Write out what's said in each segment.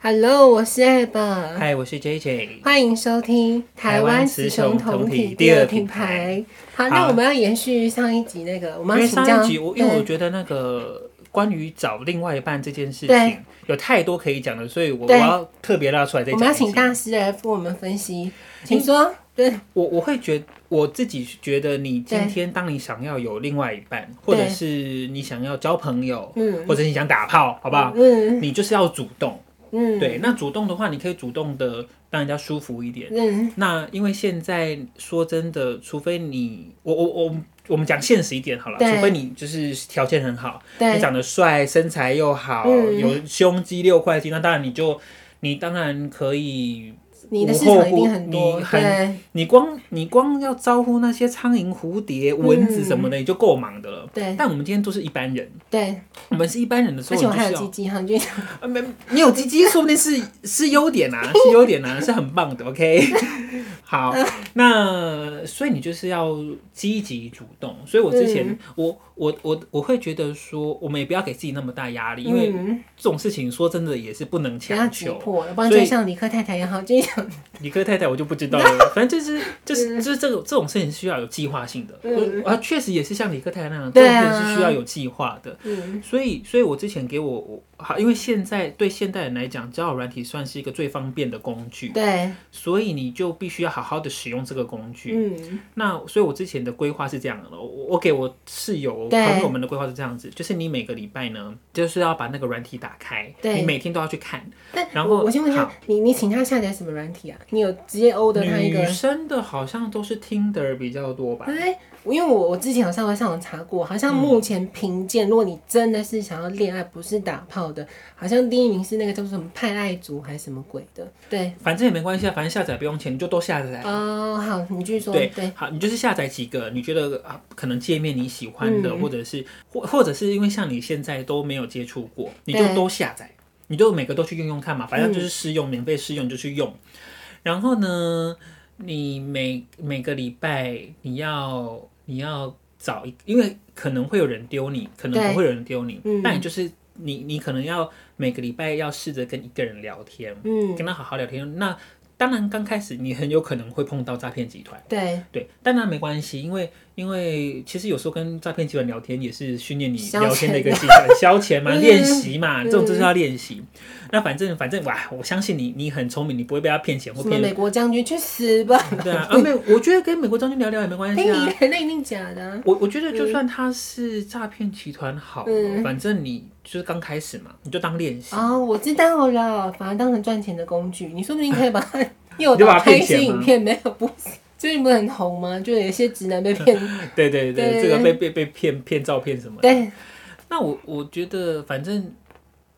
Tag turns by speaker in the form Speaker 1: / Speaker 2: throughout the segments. Speaker 1: Hello，我是 a b
Speaker 2: 嗨，我是 JJ。
Speaker 1: 欢迎收听台湾雌雄同体第二品牌。好，那
Speaker 2: 好
Speaker 1: 我们要延续上一集那个，我
Speaker 2: 因
Speaker 1: 们要
Speaker 2: 为
Speaker 1: 请
Speaker 2: 上
Speaker 1: 教嗯
Speaker 2: 一集我，因为我
Speaker 1: 对
Speaker 2: 觉得那个关于找另外一半这件事
Speaker 1: 对
Speaker 2: 情有太多可以讲的，所以我我
Speaker 1: 对
Speaker 2: 要特别拉出来再
Speaker 1: 我
Speaker 2: 讲
Speaker 1: 们要
Speaker 2: 一
Speaker 1: 请
Speaker 2: 集。
Speaker 1: 大师来帮我们分析，请说。对
Speaker 2: 我我会觉我自己觉得，你今
Speaker 1: 对
Speaker 2: 天当你想要有另外一半，或者
Speaker 1: 对
Speaker 2: 是你想要交朋友，
Speaker 1: 嗯
Speaker 2: 或者你想打炮，好不好？
Speaker 1: 嗯
Speaker 2: 你就是要主动。
Speaker 1: 嗯，
Speaker 2: 对，那主动的话，你可以主动的让人家舒服一点。
Speaker 1: 嗯，
Speaker 2: 那因为现在说真的，除非你我我我我们讲现实一点好了，
Speaker 1: 对
Speaker 2: 除非你就是条件很好，你
Speaker 1: 对
Speaker 2: 长得帅，身材又好，
Speaker 1: 哎嗯
Speaker 2: 有胸肌六块肌，那当然你就你当然可以，
Speaker 1: 你的市场一定很多
Speaker 2: 你，很
Speaker 1: 对
Speaker 2: 你光你光要招呼那些苍蝇、蝴蝶、蚊子什
Speaker 1: 嗯
Speaker 2: 么的，你就够忙的了。
Speaker 1: 对
Speaker 2: 但我们今天都是一般人，
Speaker 1: 对，
Speaker 2: 我们是一般人的时
Speaker 1: 哎而
Speaker 2: 候，
Speaker 1: 且我
Speaker 2: 你就
Speaker 1: 还
Speaker 2: 是
Speaker 1: 有鸡鸡
Speaker 2: 要
Speaker 1: 哈，你就
Speaker 2: 啊没你有鸡鸡，说不定是是优点啊，是优点啊，是很棒的。OK，好，
Speaker 1: 嗯
Speaker 2: 那所以你就是要积极主动。所以我之前、
Speaker 1: 嗯
Speaker 2: 我我我我会觉得说，我们也不要给自己那么大压力，因为
Speaker 1: 嗯，
Speaker 2: 这种事情说真的也是不能
Speaker 1: 不要
Speaker 2: 强
Speaker 1: 急
Speaker 2: 求。
Speaker 1: 迫，不然
Speaker 2: 所
Speaker 1: 就
Speaker 2: 以
Speaker 1: 像理科太太一样哈，就想
Speaker 2: 理科太太我就不知道 了，反正就是就是就是这种这种事情需要有计划性的。
Speaker 1: 嗯
Speaker 2: 啊，确实也是像理科太太那样，这
Speaker 1: 对
Speaker 2: 种
Speaker 1: 啊
Speaker 2: 事情是需要有计划的。
Speaker 1: 嗯
Speaker 2: 所以，所以我之前给我我好，因为现在对现代人来讲，交友软体算是一个最方便的工具，
Speaker 1: 对
Speaker 2: 所以你就必须要好好的使用这个工具。
Speaker 1: 嗯
Speaker 2: 那所以，我之前的规划是这样的，我我给我室友
Speaker 1: 对
Speaker 2: 朋友们的规划是这样子，就是你每个礼拜呢，就是要把那个软体打开，
Speaker 1: 对
Speaker 2: 你每天都要去看。
Speaker 1: 但
Speaker 2: 然后
Speaker 1: 我我先问一下
Speaker 2: 好，
Speaker 1: 你你请他下载什么软体啊？你有直接 order 他一个
Speaker 2: 女？生的好像都是 Tinder 比较多吧？
Speaker 1: 哎，我因为我我之前有稍微上网查过，好像
Speaker 2: 嗯
Speaker 1: 目前评鉴，如果你真的是想要恋爱，不是打炮的，好像第一名是那个叫做什么派爱族还是什么鬼的，对。
Speaker 2: 反正也没关系啊，反正下载不用钱，你就都下载。
Speaker 1: 哦，好，你继续说。
Speaker 2: 对
Speaker 1: 对，
Speaker 2: 好，你就是下载几个你觉得啊，可能界面你喜欢的，
Speaker 1: 嗯
Speaker 2: 或者是或或者是因为像你现在都没有接触过，你就
Speaker 1: 对嗯
Speaker 2: 都下载，你就每个都去用用看嘛，反正就是试用，免费试用你就去用。然后呢，你每每个礼拜你要你要找一，因为可能会有人丢你，可能
Speaker 1: 对
Speaker 2: 不会有人丢你
Speaker 1: 嗯，
Speaker 2: 那你就是你你可能要每个礼拜要试着跟一个人聊天，
Speaker 1: 嗯，
Speaker 2: 跟他好好聊天。那当然刚开始你很有可能会碰到诈骗集团。
Speaker 1: 对，
Speaker 2: 对，但那没关系，因为因为其实有时候跟诈骗集团聊天也是训练你
Speaker 1: 消
Speaker 2: 聊天的
Speaker 1: 遣
Speaker 2: 一个技巧，消遣嘛，
Speaker 1: 嗯
Speaker 2: 练习嘛，这种就是
Speaker 1: 嗯
Speaker 2: 要练习。那反正反正哇，我相信你，你很聪明，你不会被他骗钱或
Speaker 1: 什么
Speaker 2: 骗。
Speaker 1: 美国将军去死吧！
Speaker 2: 对啊，啊没有，我觉得跟美国将军聊 聊也没关
Speaker 1: 哎，
Speaker 2: 系啊。
Speaker 1: 你 那一定假的啊。
Speaker 2: 我我觉得就算他是诈骗集团好了，
Speaker 1: 嗯
Speaker 2: 反正你就是刚开始嘛，你就当练习。
Speaker 1: 哦，我知道了，把它当成赚钱的工具，你说不定可以把 它诱
Speaker 2: 你就
Speaker 1: 导
Speaker 2: 把它
Speaker 1: 拍
Speaker 2: 骗
Speaker 1: 一些
Speaker 2: 钱吗
Speaker 1: 影片，没有不是。最近不是很红吗？就有一些直男被骗，
Speaker 2: 对
Speaker 1: 对
Speaker 2: 对
Speaker 1: 对
Speaker 2: 对，这个
Speaker 1: 对
Speaker 2: 被被被骗骗照片什么的。
Speaker 1: 对，
Speaker 2: 那我我觉得，反正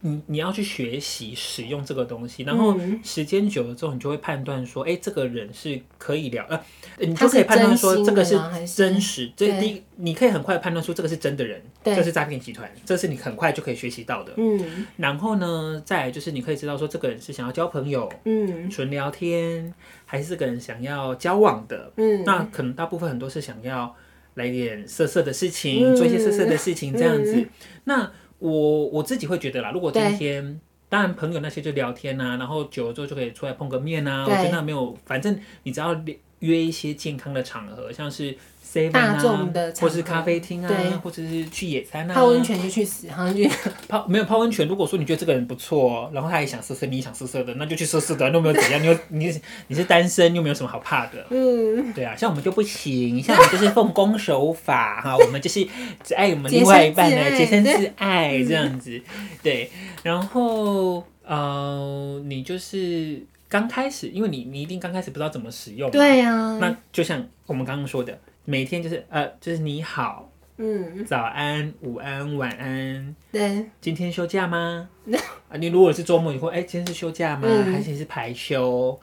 Speaker 2: 你你要去学习使用这个东西，然后
Speaker 1: 嗯
Speaker 2: 时间久了之后，你就会判断说，哎、这个人是可以聊，呃，你
Speaker 1: 他
Speaker 2: 就是可以判断
Speaker 1: 真
Speaker 2: 说这
Speaker 1: 心的
Speaker 2: 个是
Speaker 1: 吗还是
Speaker 2: 真实，这
Speaker 1: 对
Speaker 2: 第一，你可以很快判断出这个是真的人，
Speaker 1: 对
Speaker 2: 这是诈骗集团，这是你很快就可以学习到的。
Speaker 1: 嗯
Speaker 2: 然后呢，再来就是你可以知道说，这个人是想要交朋友、
Speaker 1: 嗯
Speaker 2: 纯聊天，还是这个人想要交往的，
Speaker 1: 嗯，
Speaker 2: 那可能大部分很多是想要来点色色的事情，
Speaker 1: 嗯
Speaker 2: 做一些色色的事情这样子。
Speaker 1: 嗯
Speaker 2: 那我我自己会觉得啦，如果今
Speaker 1: 对
Speaker 2: 天当然朋友那些就聊天啊，然后久了之后就可以出来碰个面啊，我
Speaker 1: 对
Speaker 2: 觉得那没有，反正你只要约一些健康的场合，像是 seven
Speaker 1: 大
Speaker 2: 啊
Speaker 1: 众的，场合
Speaker 2: 或是咖啡厅
Speaker 1: 对
Speaker 2: 啊，或者是去野餐啊，
Speaker 1: 泡温泉就去死，好像 就
Speaker 2: 泡没有泡温泉。如果说你觉得这个人不错、哦，然后他也想色色，你也想色色的，那就去色色的，又没有怎样，你又你你是单身，又没有什么好怕的。
Speaker 1: 嗯，
Speaker 2: 对啊，像我们就不 行，像我们就是奉公守法哈，我们就是只爱我们另外一半 的
Speaker 1: 洁
Speaker 2: 洁
Speaker 1: 身
Speaker 2: 身
Speaker 1: 自爱
Speaker 2: 自爱这样子。 对，然后呃，你就是刚开始，因为你你一定刚开始不知道怎么使用，
Speaker 1: 对啊呀，
Speaker 2: 那就像我们刚刚说的，每天就是呃，就是你好，
Speaker 1: 嗯
Speaker 2: 早安、午安、晚安。
Speaker 1: 对，
Speaker 2: 今天休假吗？ 啊，你如果是周末，你会哎、今天是休假吗？
Speaker 1: 嗯
Speaker 2: 还是你是排休？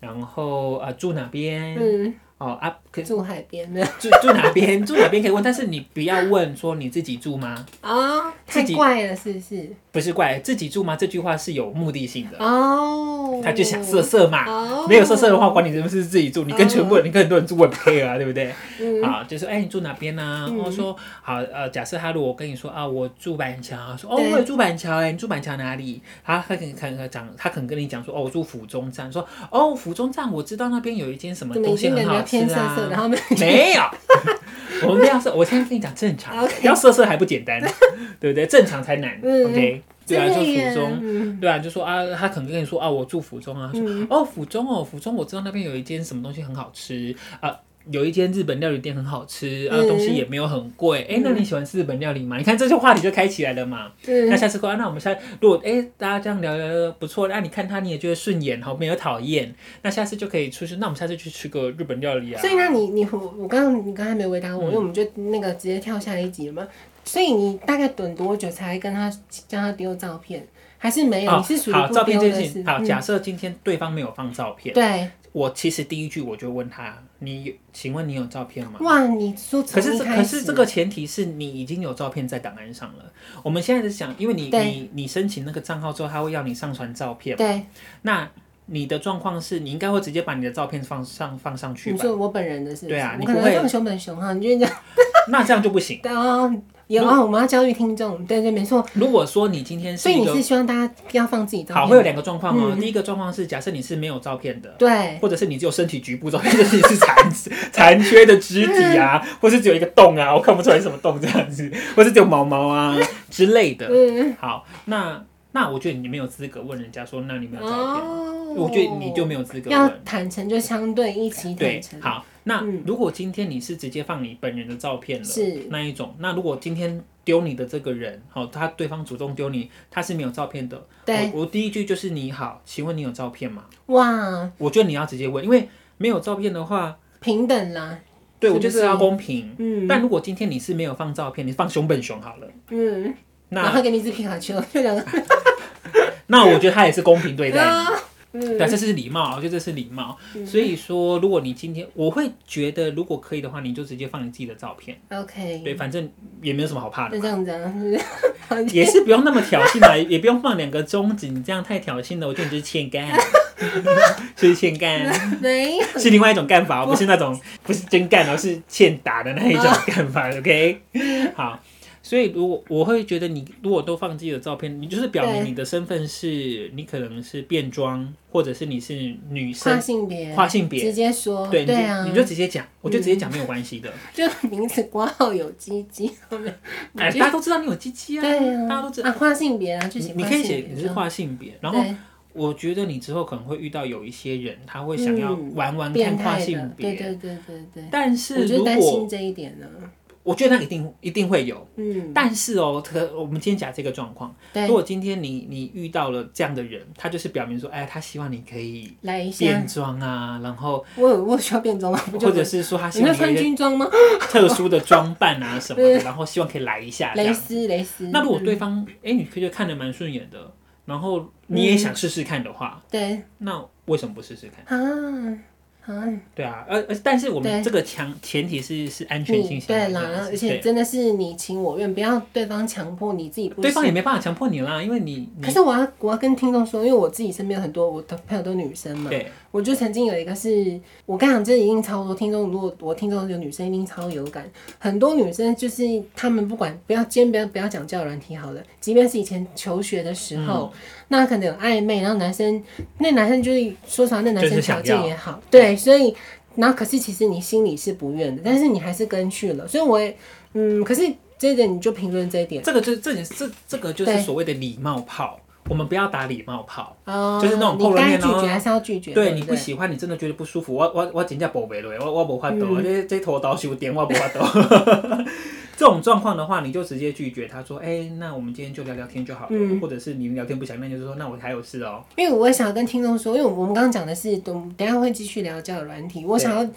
Speaker 2: 然后啊、呃住哪边？
Speaker 1: 嗯
Speaker 2: 哦啊，可
Speaker 1: 住海边的
Speaker 2: 住住哪边 住哪边可以问，但是你不要问说你自己住吗？
Speaker 1: 哦，太
Speaker 2: 自己
Speaker 1: 怪了，是不是？
Speaker 2: 不是怪自己住吗？这句话是有目的性的，
Speaker 1: 哦，
Speaker 2: 他就想色色嘛。
Speaker 1: 哦，
Speaker 2: 没有色色的话，管你是不是自己住，你跟全部人，你跟很多人住，我也不 care 啊，对不对？
Speaker 1: 嗯
Speaker 2: 啊，就说哎、你住哪边呢、啊？
Speaker 1: 嗯
Speaker 2: 然后说好，呃，假设他如果跟你说啊，我住板桥，说哦，
Speaker 1: 对
Speaker 2: 我也住板桥哎、你住板桥哪里？他他可能可能讲，他可能跟你讲说哦，我住府中站，说哦，府中站我知道那边有一间什么
Speaker 1: 怎么已
Speaker 2: 东西
Speaker 1: 经
Speaker 2: 很
Speaker 1: 感
Speaker 2: 好
Speaker 1: 觉
Speaker 2: 吃
Speaker 1: 偏色
Speaker 2: 啊，
Speaker 1: 色，然后没
Speaker 2: 没有，我们不要色，我现在跟你讲正常
Speaker 1: OK
Speaker 2: 要色色还不简 单，对不对？正常才难、
Speaker 1: 嗯
Speaker 2: o k 对啊，就
Speaker 1: 真的
Speaker 2: 府
Speaker 1: 耶
Speaker 2: 中。
Speaker 1: 嗯
Speaker 2: 对啊，就说啊，他可能跟你说啊，我住府中啊，他说、
Speaker 1: 嗯
Speaker 2: 哦，府中哦，府中我知道那边有一间什么东西很好吃啊，有一间日本料理店很好吃啊，
Speaker 1: 嗯
Speaker 2: 东西也没有很贵，哎、那你喜欢吃日本料理吗？你看这些话题就开起来了嘛。那
Speaker 1: 嗯，
Speaker 2: 下次过来，那我们下如果哎、大家这样聊聊聊不错，那、你看他你也觉得顺眼，好没有讨厌，那下次就可以出去，那我们下次去吃个日本料理啊。
Speaker 1: 所以那你你我我刚刚你刚才没回答我，因
Speaker 2: 嗯
Speaker 1: 为我们就那个直接跳下一集了嘛。所以你大概等多久才跟他叫他丢照片？还是没有？
Speaker 2: 好
Speaker 1: 哎你是属于
Speaker 2: 哦好，
Speaker 1: 不
Speaker 2: 照片
Speaker 1: 丢
Speaker 2: 这
Speaker 1: 的
Speaker 2: 件事
Speaker 1: 是
Speaker 2: 情，？好，
Speaker 1: 嗯
Speaker 2: 假设今天对方没有放照片，
Speaker 1: 对，
Speaker 2: 我其实第一句我就问他，你请问你有照片吗？
Speaker 1: 哇，你说
Speaker 2: 嗯可
Speaker 1: 从
Speaker 2: 是
Speaker 1: 一
Speaker 2: 这
Speaker 1: 开
Speaker 2: 可
Speaker 1: 始
Speaker 2: 是这个前提是你已经有照片在档案上了。我们现在是想，因为你
Speaker 1: 对
Speaker 2: 你你申请那个账号之后，他会要你上传照片。
Speaker 1: 对，
Speaker 2: 那你的状况是你应该会直接把你的照片放上放上去
Speaker 1: 你
Speaker 2: 吧？
Speaker 1: 说我本人的是不是？
Speaker 2: 对啊你
Speaker 1: 我可
Speaker 2: 不
Speaker 1: 能
Speaker 2: 会
Speaker 1: 放熊本熊啊哈，你就讲
Speaker 2: 那这样就不行。
Speaker 1: 哦，有啊，我们要教育听众，对对没错。
Speaker 2: 如果说你今天是
Speaker 1: 所以
Speaker 2: 一
Speaker 1: 你
Speaker 2: 个
Speaker 1: 是希望大家要放自己照片？
Speaker 2: 好，会有两个状况哦。
Speaker 1: 嗯
Speaker 2: 第一个状况是，假设你是没有照片的。
Speaker 1: 对，
Speaker 2: 或者是你只有身体局部照片，就是你是残 残缺的肢体啊，或是只有一个洞啊，我看不出来是什么洞这样子，或是只有毛毛啊之类的。
Speaker 1: 嗯，
Speaker 2: 好，那那我觉得你没有资格问人家说，那你没有照片吗，
Speaker 1: 哦，
Speaker 2: 我觉得你就没有资格
Speaker 1: 要
Speaker 2: 问。
Speaker 1: 坦诚，就相对一起坦
Speaker 2: 对
Speaker 1: 诚。，，
Speaker 2: 好，那
Speaker 1: 嗯
Speaker 2: 如果今天你是直接放你本人的照片了，
Speaker 1: 是
Speaker 2: 那一种，那如果今天丢你的这个人，哦，他对方主动丢你，他是没有照片的，
Speaker 1: 对，
Speaker 2: 我我第一句就是你好，请问你有照片吗？
Speaker 1: 哦哇，
Speaker 2: 我觉得你要直接问，因为没有照片的话，
Speaker 1: 平等啦，
Speaker 2: 对
Speaker 1: 是
Speaker 2: 我
Speaker 1: 不
Speaker 2: 就是要
Speaker 1: 是
Speaker 2: 公平。
Speaker 1: 嗯
Speaker 2: 但如果今天你是没有放照片，你放熊本熊好了，
Speaker 1: 嗯，然
Speaker 2: 那
Speaker 1: 后给你一只皮卡丘，就两个
Speaker 2: 那我觉得他也是公平对待你。
Speaker 1: 啊，嗯，
Speaker 2: 对，这是礼貌，我觉得这是礼貌。所以说，如果你今天，我会觉得，如果可以的话，你就直接放你自己的照片。
Speaker 1: ，OK，
Speaker 2: 对，反正也没有什么好怕的
Speaker 1: 就
Speaker 2: 嘛，
Speaker 1: 这样子 啊，好
Speaker 2: 也是不用那么挑衅嘛，也不用放两个中指，你这样太挑衅了，我觉得你就是欠 干， 就是欠干，
Speaker 1: 没有，
Speaker 2: 是另外一种干法，哦不是那种不是真干，而是欠打的那一种
Speaker 1: 啊
Speaker 2: 干法。OK，好。所以，如果我会觉得你如果都放自己的照片，你就是表明
Speaker 1: 对
Speaker 2: 你的身份是你可能是变装，或者是你是女生
Speaker 1: 跨，性别，
Speaker 2: 跨性别
Speaker 1: 直，接说，
Speaker 2: 对，你就、
Speaker 1: 啊，嗯
Speaker 2: 你就直接讲，我就直接讲没有关系的。
Speaker 1: 就名字挂号有鸡 鸡后面，
Speaker 2: 哎，
Speaker 1: 你
Speaker 2: 大家都知道你有鸡鸡啊，
Speaker 1: 对啊，
Speaker 2: 大家都知道。
Speaker 1: 啊，跨性别啊，就
Speaker 2: 你
Speaker 1: 写
Speaker 2: 你
Speaker 1: 跨
Speaker 2: 可以
Speaker 1: 性
Speaker 2: 写
Speaker 1: 别
Speaker 2: 你是跨性别，然后
Speaker 1: 对
Speaker 2: 我觉得你之后可能会遇到有一些人，他会想要
Speaker 1: 嗯
Speaker 2: 玩玩看
Speaker 1: 变
Speaker 2: 跨
Speaker 1: 态的
Speaker 2: 性，
Speaker 1: 对
Speaker 2: 别，
Speaker 1: 对对对对，
Speaker 2: 但
Speaker 1: 我
Speaker 2: 是
Speaker 1: 就
Speaker 2: 如
Speaker 1: 担心
Speaker 2: 果
Speaker 1: 这一点呢，
Speaker 2: 我觉得那一定一定会有，
Speaker 1: 嗯，
Speaker 2: 但是哦，可我们今天讲这个状况，
Speaker 1: 对
Speaker 2: 如，果今天你你遇到了这样的人，他就是表明说，哎，他希望你可以
Speaker 1: 来一下
Speaker 2: 变，装啊，然后
Speaker 1: 我有我有需要变装吗？不就
Speaker 2: 或者是说他
Speaker 1: 你
Speaker 2: 希望
Speaker 1: 们
Speaker 2: 你有
Speaker 1: 穿
Speaker 2: 一些
Speaker 1: 军装吗？
Speaker 2: 特殊的装扮啊什么的，然后希望可以来一下这
Speaker 1: 蕾
Speaker 2: 样。
Speaker 1: 丝蕾丝，
Speaker 2: 那如果
Speaker 1: 嗯
Speaker 2: 对方哎、诶你觉得看的蛮顺眼的，然后你也想试试看的
Speaker 1: 嗯
Speaker 2: 话，
Speaker 1: 对
Speaker 2: 那为什么不试试看？
Speaker 1: 啊啊，
Speaker 2: 对啊，而而但是我们
Speaker 1: 对
Speaker 2: 这个强前提是是安全性
Speaker 1: 你
Speaker 2: 行为
Speaker 1: 对
Speaker 2: 这
Speaker 1: 啦，
Speaker 2: 样
Speaker 1: 然后
Speaker 2: 子
Speaker 1: 而且
Speaker 2: 对
Speaker 1: 真的是你情我愿，不要对方强迫你自己不
Speaker 2: 对
Speaker 1: 行
Speaker 2: 方也没办法强迫你啦，因为你
Speaker 1: 可
Speaker 2: 你
Speaker 1: 是我要我要跟听众说，因为我自己身边有很多我的朋友都女生嘛，
Speaker 2: 对
Speaker 1: 我就曾经有一个是，我跟你讲，这一定超多听众，如果我听众有女生，一定超有感。很多女生就是她们不管不要，先不要不要讲交友软体好了，即便是以前求学的时候，
Speaker 2: 嗯
Speaker 1: 那可能有暧昧，然后男生那男生就是说实话，那男
Speaker 2: 就
Speaker 1: 生
Speaker 2: 是想
Speaker 1: 条件
Speaker 2: 要
Speaker 1: 也好，对，所以然后可是其实你心里是不愿的，但是你还是跟去了，所以我也嗯，可是这一点你就评论这一点
Speaker 2: 这个就这点这这个就是
Speaker 1: 对
Speaker 2: 所谓的礼貌炮，我们不要打礼貌炮。
Speaker 1: 哦，
Speaker 2: 就是那种碰
Speaker 1: 你
Speaker 2: 了
Speaker 1: 该
Speaker 2: 面
Speaker 1: 拒
Speaker 2: 然后
Speaker 1: 绝还是要拒绝，
Speaker 2: 对
Speaker 1: 不
Speaker 2: 你不喜欢，你真的觉得不舒服，我我我真正宝贝了，我我无法度，
Speaker 1: 嗯
Speaker 2: 这这头刀修点我无法度。 这种状况的话，你就直接拒绝他说，哎、那我们今天就聊聊天就好了，
Speaker 1: 嗯
Speaker 2: 或者是你们聊天不想，那就是说，那我还有事哦、
Speaker 1: 因为我也想要跟听众说，因为我们刚刚讲的是，等等一下会继续聊交友软体。我想要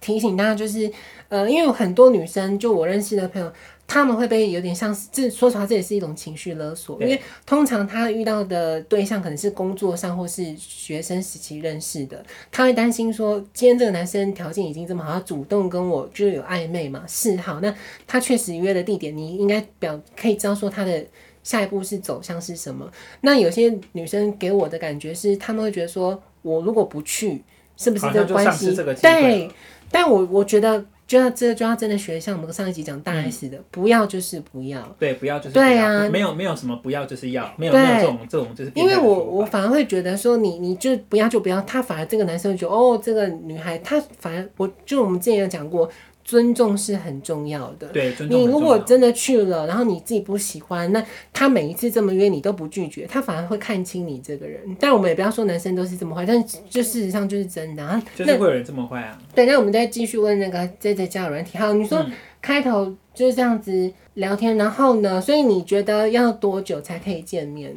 Speaker 1: 提醒大家，就是呃，因为有很多女生，就我认识的朋友，他们会被有点像是，这说实话，这也是一种情绪勒索，因
Speaker 2: 对
Speaker 1: 为通常他遇到的对象可能是工作上或是学生时期认识的，他会担心说，今天这个男生条件已经这么好，他主动跟我就是有暧昧嘛，是好，那他确实约的地点，你应该表可以知道说他的。下一步是走向是什么？那有些女生给我的感觉是，她们会觉得说，我如果不去，是不是
Speaker 2: 好
Speaker 1: 这
Speaker 2: 像
Speaker 1: 个
Speaker 2: 就
Speaker 1: 关
Speaker 2: 丧失
Speaker 1: 系
Speaker 2: 这个机会
Speaker 1: 对？但我我觉得，就要这就要真的学像我们上一集讲大 S 的，不要就是不要。
Speaker 2: 对，不要就是
Speaker 1: 对
Speaker 2: 不要
Speaker 1: 啊
Speaker 2: 没有没有什么不要就是要，没有
Speaker 1: 对啊
Speaker 2: 没有这种这种就是
Speaker 1: 因为我我
Speaker 2: 我
Speaker 1: 反而会觉得说你你就不要就不要，他反而这个男生会觉得哦，这个女孩她反而我就我们之前有讲过，尊重是很重要的。
Speaker 2: 对尊重
Speaker 1: 你
Speaker 2: 很
Speaker 1: 如
Speaker 2: 重
Speaker 1: 果
Speaker 2: 要
Speaker 1: 真的去了，然后你自己不喜欢，那他每一次这么约你都不拒绝，他反而会看清你这个人。但我们也不要说男生都是这么坏，但就事实上就是真的啊。
Speaker 2: 就
Speaker 1: 那
Speaker 2: 是会有人这么坏啊，
Speaker 1: 对，那我们再继续问那个 J J 交友软体。好，
Speaker 2: 嗯
Speaker 1: 你说、开头就是这样子聊天，然后呢？所以你觉得要多久才可以见面？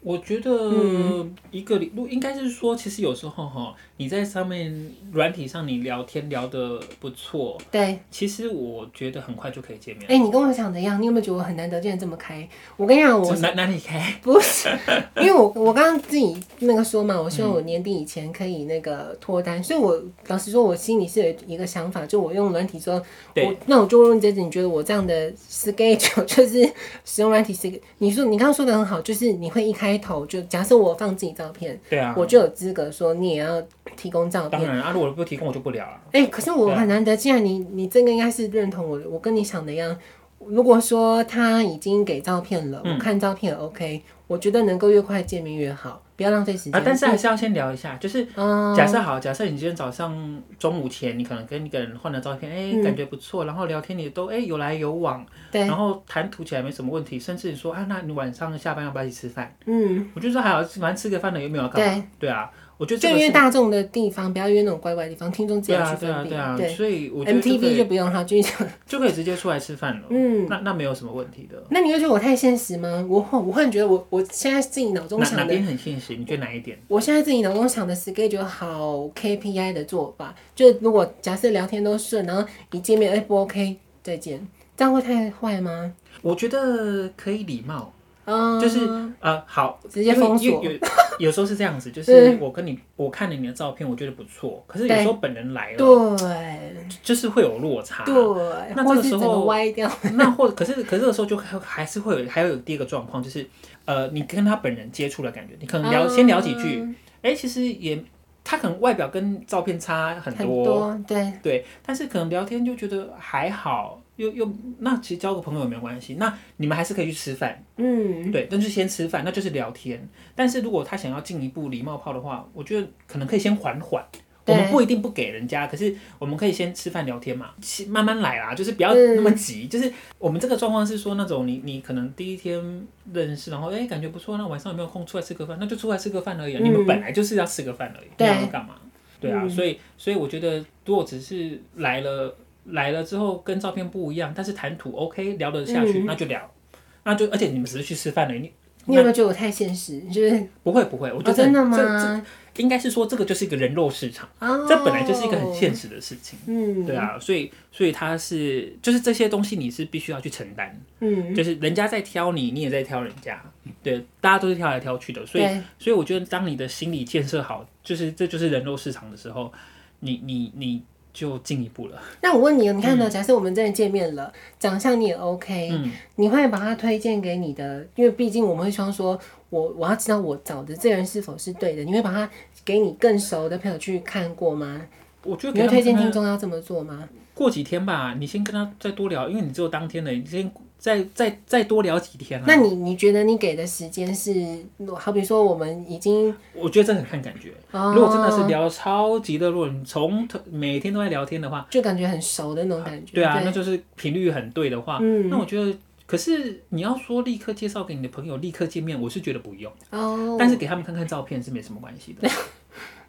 Speaker 2: 我觉得
Speaker 1: 嗯
Speaker 2: 一个礼，应该是说，其实有时候哈，你在上面软体上你聊天聊得不错，
Speaker 1: 对，
Speaker 2: 其实我觉得很快就可以见面。
Speaker 1: 哎、你跟我想的一样，你有没有觉得我很难得见得这么开？我跟你讲，我
Speaker 2: 这哪哪里 开？
Speaker 1: 不 是，因为我我刚刚自己那个说嘛，我希望
Speaker 2: 嗯
Speaker 1: 我年底以前可以那个脱单，所以我老实说，我心里是有一个想法，就我用软体之后，我
Speaker 2: 对
Speaker 1: 那我就问这子，你觉得我这样的 schedule 就是使用软体 schedule，你说你刚刚说的很好，就是你会一开头就假设我放自己照片，
Speaker 2: 对啊，
Speaker 1: 我就有资格说你也要提供照片
Speaker 2: 当。然啊，如果不提供我就不聊啊。
Speaker 1: 哎、可是我
Speaker 2: 对啊
Speaker 1: 很难得，既然你你这个应该是认同我的，我跟你想的一样。如果说他已经给照片
Speaker 2: 嗯
Speaker 1: 了，我看照片 OK，我觉得能够越快见面越好，不要浪费时间。
Speaker 2: 啊，但是啊还是要先聊一下，就是
Speaker 1: 嗯
Speaker 2: 假设好，假设你今天早上中午前，你可能跟一个人换了照片，哎、感觉不错，然后聊天也都哎、有来有往，
Speaker 1: 嗯对，
Speaker 2: 然后谈吐起来没什么问题，甚至你说啊，那你晚上下班要不要一起吃饭？
Speaker 1: 嗯，
Speaker 2: 我就说还好，反正吃个饭了，有哎没有要干嘛？对啊，我觉得
Speaker 1: 就
Speaker 2: 这个
Speaker 1: 约
Speaker 2: 是
Speaker 1: 大众的地方，不要约那种乖乖的地方，听众自
Speaker 2: 对
Speaker 1: 己
Speaker 2: 啊
Speaker 1: 去
Speaker 2: 对啊
Speaker 1: 分
Speaker 2: 对
Speaker 1: 辨。嗯
Speaker 2: 啊，
Speaker 1: 对
Speaker 2: 所以我觉得就可
Speaker 1: ，MTV 就
Speaker 2: 以
Speaker 1: 不用哈，继续讲。
Speaker 2: 就可以直接出来吃饭了，
Speaker 1: 嗯，
Speaker 2: 那那没有什么问题的。
Speaker 1: 那你会觉得我太现实吗？我忽我忽然觉得我我现在自己脑中
Speaker 2: 哪
Speaker 1: 想
Speaker 2: 哪
Speaker 1: 的
Speaker 2: 边很现实？你觉得哪一点？
Speaker 1: 我现在自己脑中想的 schedule 好 KPI 的做法，就是如果假设聊天都顺，然后一见面哎、不 OK 再见，这样会太坏吗？
Speaker 2: 我觉得可以礼貌，
Speaker 1: 嗯，
Speaker 2: 就是呃好，
Speaker 1: 直接
Speaker 2: 因为
Speaker 1: 封锁
Speaker 2: 因为有有时候是这样子，就是我跟你我看了你的照片，我觉得不错，可是有时候本人来了，
Speaker 1: 对
Speaker 2: 就是会有落差。
Speaker 1: 对，
Speaker 2: 那
Speaker 1: 或者是
Speaker 2: 这个时
Speaker 1: 整
Speaker 2: 候
Speaker 1: 个歪掉，
Speaker 2: 那或可是可是这个时候就还还是会有还有第一个状况，就是呃你跟他本人接触的感觉，你可能聊、先聊几句，
Speaker 1: 嗯
Speaker 2: 哎、其实也他可能外表跟照片差很
Speaker 1: 很
Speaker 2: 多，
Speaker 1: 多对，
Speaker 2: 对，但是可能聊天就觉得还好，又又那其实交个朋友也没有关系，那你们还是可以去吃饭，
Speaker 1: 嗯，
Speaker 2: 对，但是先吃饭，那就是聊天。但是如果他想要进一步礼貌炮的话，我觉得可能可以先缓缓。我们
Speaker 1: 对
Speaker 2: 不一定不给人家，可是我们可以先吃饭聊天嘛，其慢慢来啦，就是不要
Speaker 1: 嗯
Speaker 2: 那么急。就是我们这个状况是说，那种你你可能第一天认识，然后哎、感觉不错，那晚上有没有空出来吃个饭？那就出来吃个饭而已、啊，你
Speaker 1: 嗯
Speaker 2: 们本来就是要吃个饭而已，
Speaker 1: 对
Speaker 2: 你要干嘛？对啊，
Speaker 1: 嗯
Speaker 2: 所以所以我觉得，如果只是来了来了之后跟照片不一样，但是谈吐 OK 聊得下去，
Speaker 1: 嗯
Speaker 2: 那就聊，那就而且你们只是去吃饭而已，你
Speaker 1: 你有没有觉得我太现实？就是
Speaker 2: 不会不会，我觉
Speaker 1: 哦
Speaker 2: 得这、
Speaker 1: 真的
Speaker 2: 这
Speaker 1: 吗？
Speaker 2: 这应该是说这个就是一个人肉市场，
Speaker 1: 哦，
Speaker 2: 这本来就是一个很现实的事情。
Speaker 1: 嗯，
Speaker 2: 对啊，所以所以它是就是这些东西你是必须要去承担，
Speaker 1: 嗯，
Speaker 2: 就是人家在挑你，你也在挑人家，对，大家都是挑来挑去的，所以
Speaker 1: 对，
Speaker 2: 所以我觉得，当你的心理建设好，就是这就是人肉市场的时候，你你你就进一步了。
Speaker 1: 那我问你，你看呢？假设我们真的见面了，长相你也 OK，
Speaker 2: 嗯，
Speaker 1: 你会把他推荐给你的，因为毕竟我们会希望说，我我要知道我找的这个人是否是对的。你会把他给你更熟的朋友去看过吗？
Speaker 2: 我觉得
Speaker 1: 你
Speaker 2: 给
Speaker 1: 会
Speaker 2: 他
Speaker 1: 推
Speaker 2: 们
Speaker 1: 荐听
Speaker 2: 看看
Speaker 1: 众要这么做吗？
Speaker 2: 过几天吧，你先跟他再多聊，因为你只有当天的，你先再再再多聊几天啊。
Speaker 1: 那你你觉得你给的时间是，好比说我们已经，
Speaker 2: 我觉得这很看感觉。
Speaker 1: 哦
Speaker 2: 如果真的是聊超级热络，你从头每天都在聊天的话，
Speaker 1: 哦就感觉很熟的那种感觉，
Speaker 2: 对啊啊，那就是频率很对的话，
Speaker 1: 嗯
Speaker 2: 那我觉得。可是你要说立刻介绍给你的朋友，立刻见面，我是觉得不用。
Speaker 1: 哦，
Speaker 2: 但是给他们看看照片是没什么关系 的。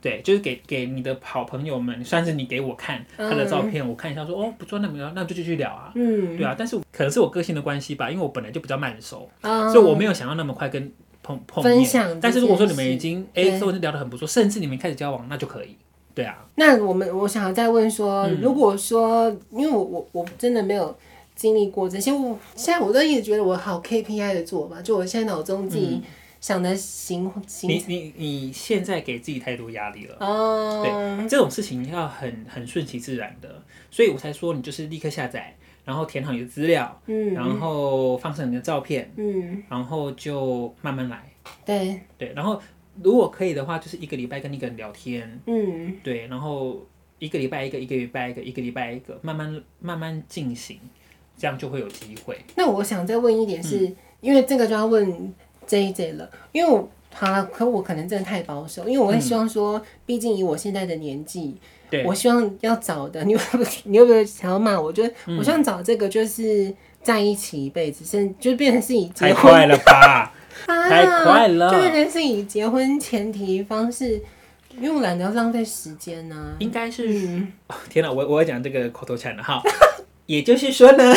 Speaker 2: 对，就是给给你的好朋友们，算是你给我看他的照片，我看一下说哦不错，那没有，那就继续聊啊。
Speaker 1: 嗯，
Speaker 2: 对啊，但是可能是我个性的关系吧，因为我本来就比较慢熟，
Speaker 1: 啊
Speaker 2: 所以我没有想要那么快跟碰碰面。
Speaker 1: 分享这
Speaker 2: 但是如果说你们
Speaker 1: 件事
Speaker 2: 已经
Speaker 1: 对
Speaker 2: 哎，都已经聊得很不错，甚至你们开始交往，那就可以。对啊，
Speaker 1: 那我们我想要再问说，如果说，因为我我我真的没有经历过这些，我现在我都一直觉得我好 KPI 的做吧，就我现在脑中自己想的行
Speaker 2: 你
Speaker 1: 行
Speaker 2: 你你现在给自己太多压力了。
Speaker 1: 哦，
Speaker 2: 这种事情要很很顺其自然的，所以我才说你就是立刻下载，然后填好你的资料，
Speaker 1: 嗯
Speaker 2: 然后放上你的照片，
Speaker 1: 嗯，
Speaker 2: 然后就慢慢来。
Speaker 1: 对，
Speaker 2: 对，然后如果可以的话，就是一个礼拜跟一个人聊天，
Speaker 1: 嗯
Speaker 2: 对，然后一个礼拜一个，一个礼拜一个，一个礼拜一个，慢慢慢慢进行，这样就会有机会。，
Speaker 1: 那我想再问一点是，因为这个就要问 J J 了，因为我好了，可我可能真的太保守，因为我会希望说，毕竟以我现在的年纪，
Speaker 2: 对
Speaker 1: 我希望要找的，你会不会你会不会想要骂我？就是、
Speaker 2: 嗯
Speaker 1: 我希望找这个就是在一起一辈子，甚就是变成是以结
Speaker 2: 太
Speaker 1: 婚
Speaker 2: 快了吧！
Speaker 1: 啊
Speaker 2: 太快了
Speaker 1: 就变成是以结婚前提方式，因为我懒得要浪费时间呢、
Speaker 2: 应该是、
Speaker 1: 嗯，
Speaker 2: 哦天哪，我我要讲这个口头禅 了哈。也就是说呢，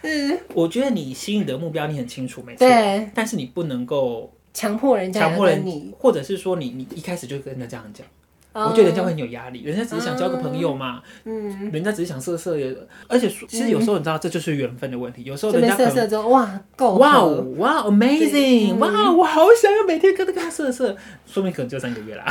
Speaker 1: 是
Speaker 2: 我觉得你吸引的目标你很清楚，没错，
Speaker 1: 对，
Speaker 2: 但是你不能够
Speaker 1: 强迫人家
Speaker 2: 强
Speaker 1: 来
Speaker 2: 迫
Speaker 1: 跟
Speaker 2: 人
Speaker 1: 你，，
Speaker 2: 或者是说你你一开始就跟人家这样讲，我觉得人家会
Speaker 1: 嗯
Speaker 2: 很有压力，人家只是想交个朋友嘛，
Speaker 1: 嗯。
Speaker 2: 人家只是想色色也，而且说其实有时候你知道这就是缘分的问题，有时候
Speaker 1: 这
Speaker 2: 人
Speaker 1: 边
Speaker 2: 家可
Speaker 1: 嗯色
Speaker 2: 能
Speaker 1: 色之后，哇，够
Speaker 2: 哇
Speaker 1: 合
Speaker 2: 哦，哇哦，amazing！
Speaker 1: 对嗯
Speaker 2: 哇哦，我好想要每天跟他跟他色色，说明可能就三 个月啦。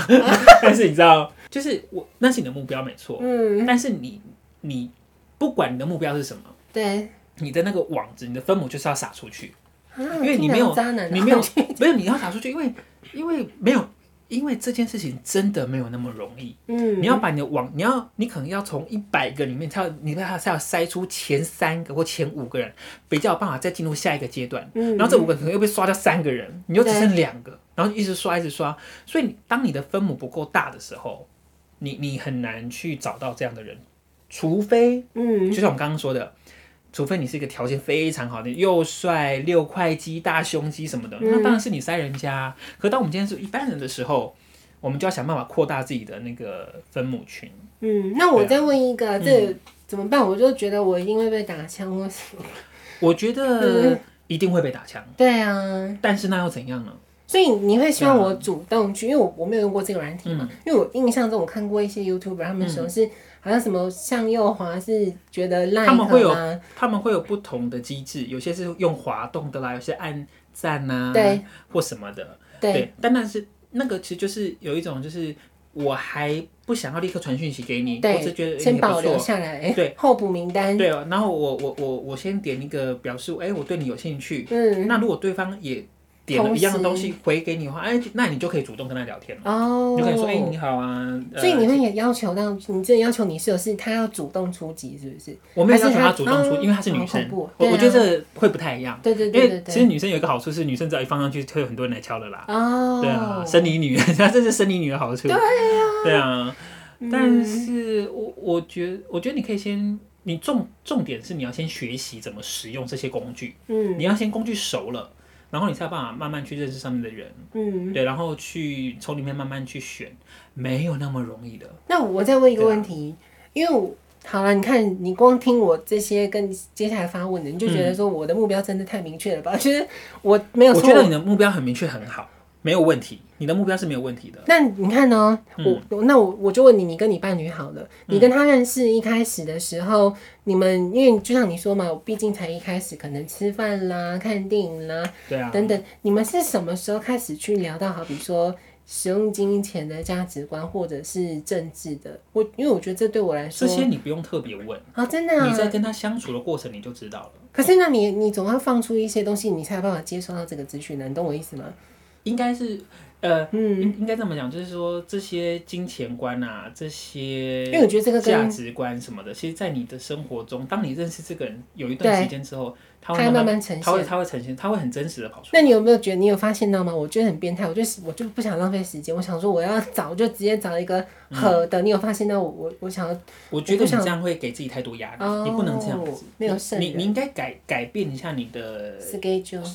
Speaker 2: 但是你知道，就是我那是你的目标没错，
Speaker 1: 嗯，
Speaker 2: 但是你你不管你的目标是什么，
Speaker 1: 对，啊
Speaker 2: 你的那个网子，你的分母就是要撒出去，
Speaker 1: 因
Speaker 2: 因为你没有
Speaker 1: 渣男，啊
Speaker 2: 你没有，没有你要撒出去，因为因为没有，因为这件事情真的没有那么容易。
Speaker 1: 嗯，
Speaker 2: 你要把你的网，你要你可能要从一百个里面，才要你才要筛出前三个或前五个人，比较有办法再进入下一个阶段。
Speaker 1: 嗯，
Speaker 2: 然后这五个可能又被刷掉三个人，你就只
Speaker 1: 对
Speaker 2: 剩两个，然后一直刷一直刷。所以你当你的分母不够大的时候，你你很难去找到这样的人，除非就
Speaker 1: 嗯，
Speaker 2: 像我们刚刚说的，除非你是一个条件非常好的，又帅、六块肌、大胸肌什么的，那
Speaker 1: 嗯
Speaker 2: 当然是你塞人家啊。可当我们今天是一般人的时候，我们就要想办法扩大自己的那个分母群。
Speaker 1: 嗯，那我
Speaker 2: 对啊嗯
Speaker 1: 再问一个，这怎么办？我就觉得我一定会被打枪，我是
Speaker 2: 我觉得
Speaker 1: 嗯
Speaker 2: 一定会被打枪，
Speaker 1: 对啊，
Speaker 2: 但是那又怎样呢？
Speaker 1: 所以你会希望
Speaker 2: 啊
Speaker 1: 我主动去，因为我我没有用过这个软体
Speaker 2: 嗯
Speaker 1: 嘛，因为我印象中我看过一些 YouTuber 他们说是好像什么向右滑是觉得赖
Speaker 2: 他们会有
Speaker 1: 啊，
Speaker 2: 他们会有不同的机制，有些是用滑动的啦，有些按赞呐、
Speaker 1: 对，
Speaker 2: 或什么的，
Speaker 1: 对，
Speaker 2: 但那是那个其实就是有一种就是我还不想要立刻传讯息给你，我只是觉得
Speaker 1: 对，
Speaker 2: 诶
Speaker 1: 先
Speaker 2: 你不
Speaker 1: 保
Speaker 2: 错
Speaker 1: 留，下来，
Speaker 2: 对，
Speaker 1: 候补名单，
Speaker 2: 对，啊然后我我我我先点一个表示，哎、我对你有兴趣。
Speaker 1: 嗯，
Speaker 2: 那如果对方也点了
Speaker 1: 同
Speaker 2: 一样的
Speaker 1: 时
Speaker 2: 东西回给你的话，哎、那你就可以主动跟他聊天了，
Speaker 1: 哦，
Speaker 2: 你就可以说，哎、你好啊。呃
Speaker 1: 所以你会也要求到，你这要求你室友是他要主动出击，是不是？
Speaker 2: 我没有要
Speaker 1: 还
Speaker 2: 求
Speaker 1: 是
Speaker 2: 他
Speaker 1: 他
Speaker 2: 主动
Speaker 1: 嗯
Speaker 2: 出，因为她是女生
Speaker 1: 好恐，怖
Speaker 2: 我
Speaker 1: 对
Speaker 2: 我
Speaker 1: 啊
Speaker 2: 觉得这会不太一样。
Speaker 1: 对对
Speaker 2: 因
Speaker 1: 对对
Speaker 2: 为其实
Speaker 1: 对。
Speaker 2: 女生有一个好处是，女生只要一放上去，会有很多人来敲了啦。
Speaker 1: 哦，
Speaker 2: 对啊，生理女， 这是生理女的好处。对啊，对啊。但
Speaker 1: 嗯
Speaker 2: 是我我觉得，我觉得你可以先，你重重点是你要先学习怎么使用这些工具，你
Speaker 1: 嗯
Speaker 2: 要先工具熟了，然后你才有办法慢慢去认识上面的人，
Speaker 1: 嗯，
Speaker 2: 对，然后去从里面慢慢去选，没有那么容易的。
Speaker 1: 那我再问一个
Speaker 2: 啊
Speaker 1: 问题，因为我好了，你看你光听我这些跟接下来发问的，你就觉得说我的目标真的太明确了吧？就是我没有
Speaker 2: 嗯我
Speaker 1: 说
Speaker 2: 觉得你的目标很明确，很好，没有问题，你的目标是没有问题的。
Speaker 1: 那你看呢、我
Speaker 2: 嗯
Speaker 1: 我那我我就问你，你跟你伴侣好了，你跟他认识一开始的时候，你们因为就像你说嘛，毕竟才一开始，可能吃饭啦、看电影啦，
Speaker 2: 对啊，
Speaker 1: 等等，你们是什么时候开始去聊到好比说使用金钱的价值观，或者是政治的？我因为我觉得这对我来
Speaker 2: 这
Speaker 1: 说
Speaker 2: 些你不用特别问，
Speaker 1: 啊，真的、
Speaker 2: 你
Speaker 1: 啊。
Speaker 2: 在跟他相处的过程你就知道了。
Speaker 1: 可是那你你总要放出一些东西，你才有办法接收到这个资讯呢，啊你懂我意思吗？
Speaker 2: 应该是，呃，
Speaker 1: 嗯，
Speaker 2: 应应该这么讲，就是说这些金钱观啊，这
Speaker 1: 因为我
Speaker 2: 些
Speaker 1: 觉得这个
Speaker 2: 价
Speaker 1: 跟
Speaker 2: 值观什么的，其实，在你的生活中，当你认识这个人有一段
Speaker 1: 对
Speaker 2: 时间之后，他
Speaker 1: 它会
Speaker 2: 会
Speaker 1: 慢
Speaker 2: 慢慢，
Speaker 1: 慢呈
Speaker 2: 他会
Speaker 1: 现。
Speaker 2: 他会呈现，他会很真实的跑出来。
Speaker 1: 那你有没有觉得你有发现到吗？我觉得很变态，我就是我就不想浪费时间，我想说我要找就直接找一个合的。你有发现到我我我想要
Speaker 2: 我觉得你这样会给自己太多压力，
Speaker 1: 哦
Speaker 2: 你不能这样子。
Speaker 1: 没有圣
Speaker 2: 你你
Speaker 1: 人
Speaker 2: 应该改改变一下你的
Speaker 1: schedule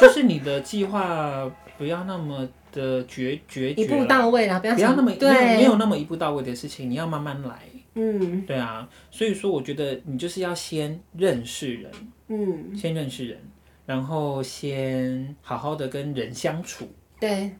Speaker 2: 就是你的计划不要那么的决决
Speaker 1: 一
Speaker 2: 绝
Speaker 1: 步
Speaker 2: 了，
Speaker 1: 到位啦，不要
Speaker 2: 不要
Speaker 1: 想
Speaker 2: 那么没有没
Speaker 1: 对，
Speaker 2: 有那么一步到位的事情，你要慢慢来。
Speaker 1: 嗯
Speaker 2: 对啊，所以说我觉得你就是要先认识人，
Speaker 1: 嗯，
Speaker 2: 先认识人，然后先好好的跟人相处，
Speaker 1: 对。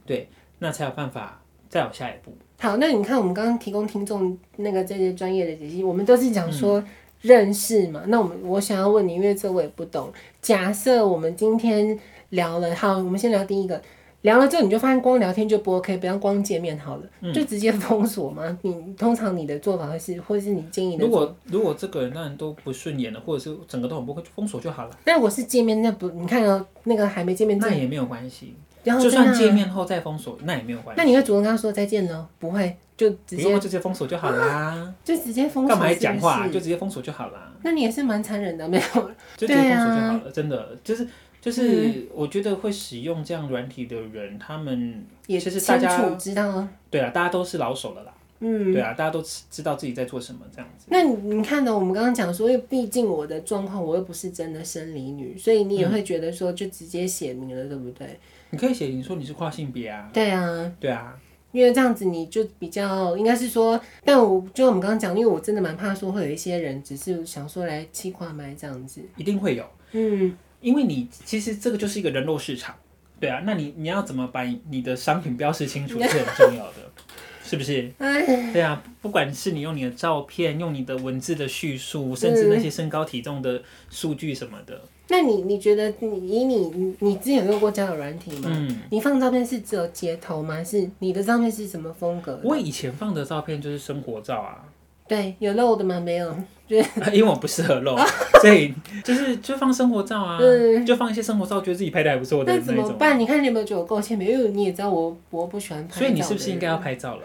Speaker 2: 那才有办法再有下一步。
Speaker 1: 好，那你看我们刚刚提供听众那个这些专业的解析，我们都是讲说认识嘛。那我们我想要问你，因为这我也不懂。假设我们今天聊了，好，我们先聊第一个，聊了之后你就发现光聊天就不 OK，不要光见面好了，
Speaker 2: 嗯
Speaker 1: 就直接封锁吗？你通常你的做法会是，或是你建议的
Speaker 2: 如？果如果这个人让人都不顺眼了，或者是整个都很不会，就封锁就好了，
Speaker 1: 但如果是见面，那不你看哦，那个还没见面，
Speaker 2: 那也没有关系。
Speaker 1: 然后
Speaker 2: 就
Speaker 1: 在那
Speaker 2: 算见面后再封锁，那也没有关系。
Speaker 1: 那你会主动跟他说再见呢？不会，就直
Speaker 2: 不
Speaker 1: 接
Speaker 2: 用就直接封锁就好啦，
Speaker 1: 就直接封锁，
Speaker 2: 干嘛还讲话啊？
Speaker 1: 是不
Speaker 2: 就是直接封锁就好啦，
Speaker 1: 那你也是蛮残忍的，没有？
Speaker 2: 就直接封锁就好了。真的，就是
Speaker 1: 嗯
Speaker 2: 就是，我觉得会使用这样软体的人，他们
Speaker 1: 也
Speaker 2: 其实大
Speaker 1: 清
Speaker 2: 家
Speaker 1: 楚知道啊。
Speaker 2: 对啊，大家都是老手了啦，
Speaker 1: 嗯，
Speaker 2: 对啊，大家都知知道自己在做什么这样子。
Speaker 1: 那你你看呢？我们刚刚讲说，因为毕竟我的状况，我又不是真的生理女，所以你也会觉得说，就直接写明了，对不对？
Speaker 2: 你可以写你说你是跨性别啊，
Speaker 1: 对啊，
Speaker 2: 对啊，
Speaker 1: 因为这样子你就比较应该是说，但我就我们刚刚讲，因为我真的蛮怕说会有一些人只是想说来气话麦这样子。
Speaker 2: 一定会有，
Speaker 1: 嗯，
Speaker 2: 因为你其实这个就是一个人肉市场，对啊，那你你要怎么把你的商品标示清楚是很重要的， 是不是？
Speaker 1: 哎，
Speaker 2: 对啊，不管是你用你的照片，用你的文字的叙述，甚至那些身高体重的数据什么的，
Speaker 1: 那你你觉得你以你你你之前有用过交友软体吗？
Speaker 2: 嗯，
Speaker 1: 你放照片是只有截头吗？是你的照片是什么风格的？
Speaker 2: 我以前放的照片就是生活照啊，
Speaker 1: 对，有露的吗？没有，就是
Speaker 2: 因为我不适合 露，所以就是就放生活照啊，
Speaker 1: 嗯
Speaker 2: 就放一些生活照，觉得自己拍的还不错的
Speaker 1: 那
Speaker 2: 那
Speaker 1: 怎
Speaker 2: 一
Speaker 1: 么
Speaker 2: 种。
Speaker 1: 办？你看你有没有觉得我够欠扁？因为你也知道我我不喜欢拍照的
Speaker 2: 所
Speaker 1: 人，
Speaker 2: 以你是不是应该要拍照了？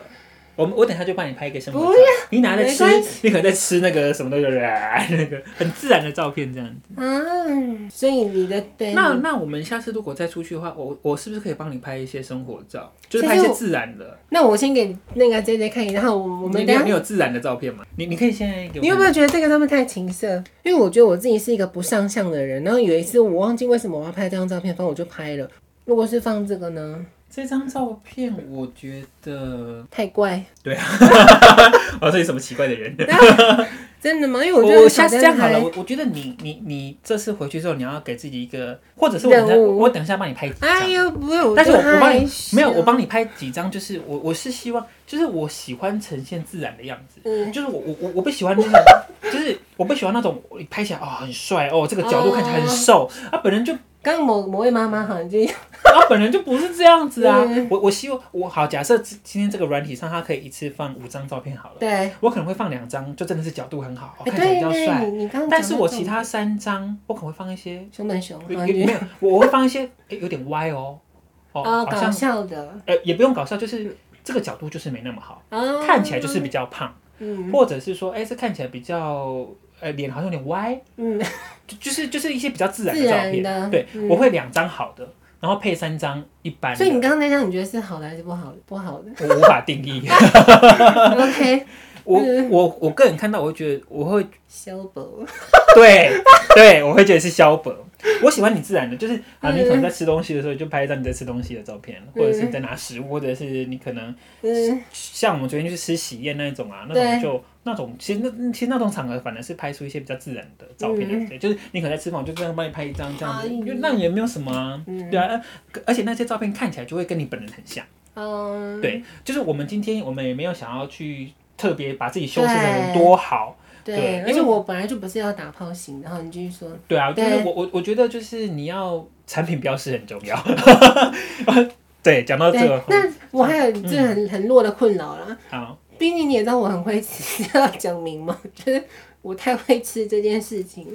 Speaker 2: 我们我等一下就帮你拍一个生活
Speaker 1: 不
Speaker 2: 照，你拿着
Speaker 1: 没
Speaker 2: 吃
Speaker 1: 关，
Speaker 2: 你可能在吃那个什么东西，那个很自然的照片这样子。
Speaker 1: 啊？所以你的对，
Speaker 2: 那
Speaker 1: 你
Speaker 2: 那我们下次如果再出去的话，我我是不是可以帮你拍一些生活照，就是
Speaker 1: 其实
Speaker 2: 拍一些
Speaker 1: 我
Speaker 2: 自然的？
Speaker 1: 那我先给那个 J J 看一下，然后我我
Speaker 2: 你
Speaker 1: 们
Speaker 2: 你
Speaker 1: 等一
Speaker 2: 有
Speaker 1: 下
Speaker 2: 你。有自然的照片吗？你你可以现在给我看。
Speaker 1: 你有没有觉得这个他们太情色？因为我觉得我自己是一个不上相的人。然后有一次我忘记为什么我要拍这张照片，反正我就拍了。如果是放这个呢，
Speaker 2: 这张照片？我觉 得
Speaker 1: 太 怪，
Speaker 2: 我是什么奇怪的人？
Speaker 1: 真的吗？因为
Speaker 2: 我
Speaker 1: 觉得
Speaker 2: 下
Speaker 1: 小灯
Speaker 2: 次这样好
Speaker 1: 还
Speaker 2: 了，我我觉得你你你这次回去之后，你要给自己一个，或者是我等一下
Speaker 1: 任务
Speaker 2: 我等一下帮你拍几张。
Speaker 1: 哎呦，不是，
Speaker 2: 但是我
Speaker 1: 就
Speaker 2: 我帮你
Speaker 1: 害羞
Speaker 2: 没有，我帮你拍几张，就是我我是希望，就是我喜欢呈现自然的样子，
Speaker 1: 嗯
Speaker 2: 就是我我我我不喜欢就是就是我不喜欢那种拍起来哦很帅哦，这个角度看起来很
Speaker 1: 哦
Speaker 2: 瘦，啊本人就
Speaker 1: 刚刚某某位妈妈好像就
Speaker 2: 啊本人就不是这样子啊
Speaker 1: 嗯，
Speaker 2: 我我希望我好假设今今天这个软体上它可以一次放五张照片好了，
Speaker 1: 对，
Speaker 2: 我可能会放两张，就真的是角度很好，哦
Speaker 1: 哎
Speaker 2: 看起来
Speaker 1: 对
Speaker 2: 比较帅
Speaker 1: 对，，你你刚刚讲
Speaker 2: 但是
Speaker 1: 到
Speaker 2: 我
Speaker 1: 这
Speaker 2: 其
Speaker 1: 种
Speaker 2: 他三张我可能会放一些
Speaker 1: 熊本熊好哦
Speaker 2: 有
Speaker 1: 像
Speaker 2: 有
Speaker 1: 就
Speaker 2: 没 有，我我会放一些诶有点歪哦，哦
Speaker 1: 哦，
Speaker 2: 好
Speaker 1: 搞
Speaker 2: 像
Speaker 1: 笑的，
Speaker 2: 呃，也不用搞笑，就是这个角度就是没那么好，
Speaker 1: 哦
Speaker 2: 看起来就是比较胖，
Speaker 1: 嗯
Speaker 2: 或者是说，哎、这看起来比较，呃，脸好像有点歪，
Speaker 1: 嗯，
Speaker 2: 就就是就是一些比较自然
Speaker 1: 自
Speaker 2: 的照
Speaker 1: 然
Speaker 2: 片。
Speaker 1: 的
Speaker 2: 对，
Speaker 1: 嗯
Speaker 2: 我会两张好的，然后配三张一般的，
Speaker 1: 所以你刚刚那张你觉得是好的还是不好 的？不好的
Speaker 2: 我无法 定义。
Speaker 1: ，OK，
Speaker 2: 我
Speaker 1: 嗯
Speaker 2: 我我个人看到，我会觉得我会
Speaker 1: 修补，
Speaker 2: 对对，我会觉得是肖本。我喜欢你自然的，就是啊，你
Speaker 1: 嗯
Speaker 2: 可能在吃东西的时候就拍一张你在吃东西的照片，或者是你在拿食物，或者是你可能
Speaker 1: 嗯，
Speaker 2: 像我们昨天去吃喜宴那一种啊，那
Speaker 1: 对
Speaker 2: 种就那种，其实那其实那种场合反而是拍出一些比较自然的照片，对不
Speaker 1: 嗯
Speaker 2: 对？就是你可能在吃饭，我就这样帮你拍一张这样子，
Speaker 1: 哎
Speaker 2: 因为那也没有什么、啊，对啊，呃而且那些照片看起来就会跟你本人很像，
Speaker 1: 嗯，
Speaker 2: 对，就是我们今天我们也没有想要去特别把自己修饰成
Speaker 1: 对
Speaker 2: 多好，对
Speaker 1: 对，
Speaker 2: 因
Speaker 1: 而且我本来就不是要打炮型的，然后你继续说，
Speaker 2: 对啊，就是
Speaker 1: 对
Speaker 2: 我我我觉得就是你要产品标识很重要， 对，讲哦到这
Speaker 1: 对
Speaker 2: 个，
Speaker 1: 那我还有这
Speaker 2: 嗯
Speaker 1: 很很弱的困扰啦，
Speaker 2: 好，
Speaker 1: 毕竟你也知道我很会 吃，要讲明嘛，就是我太会吃这件事情，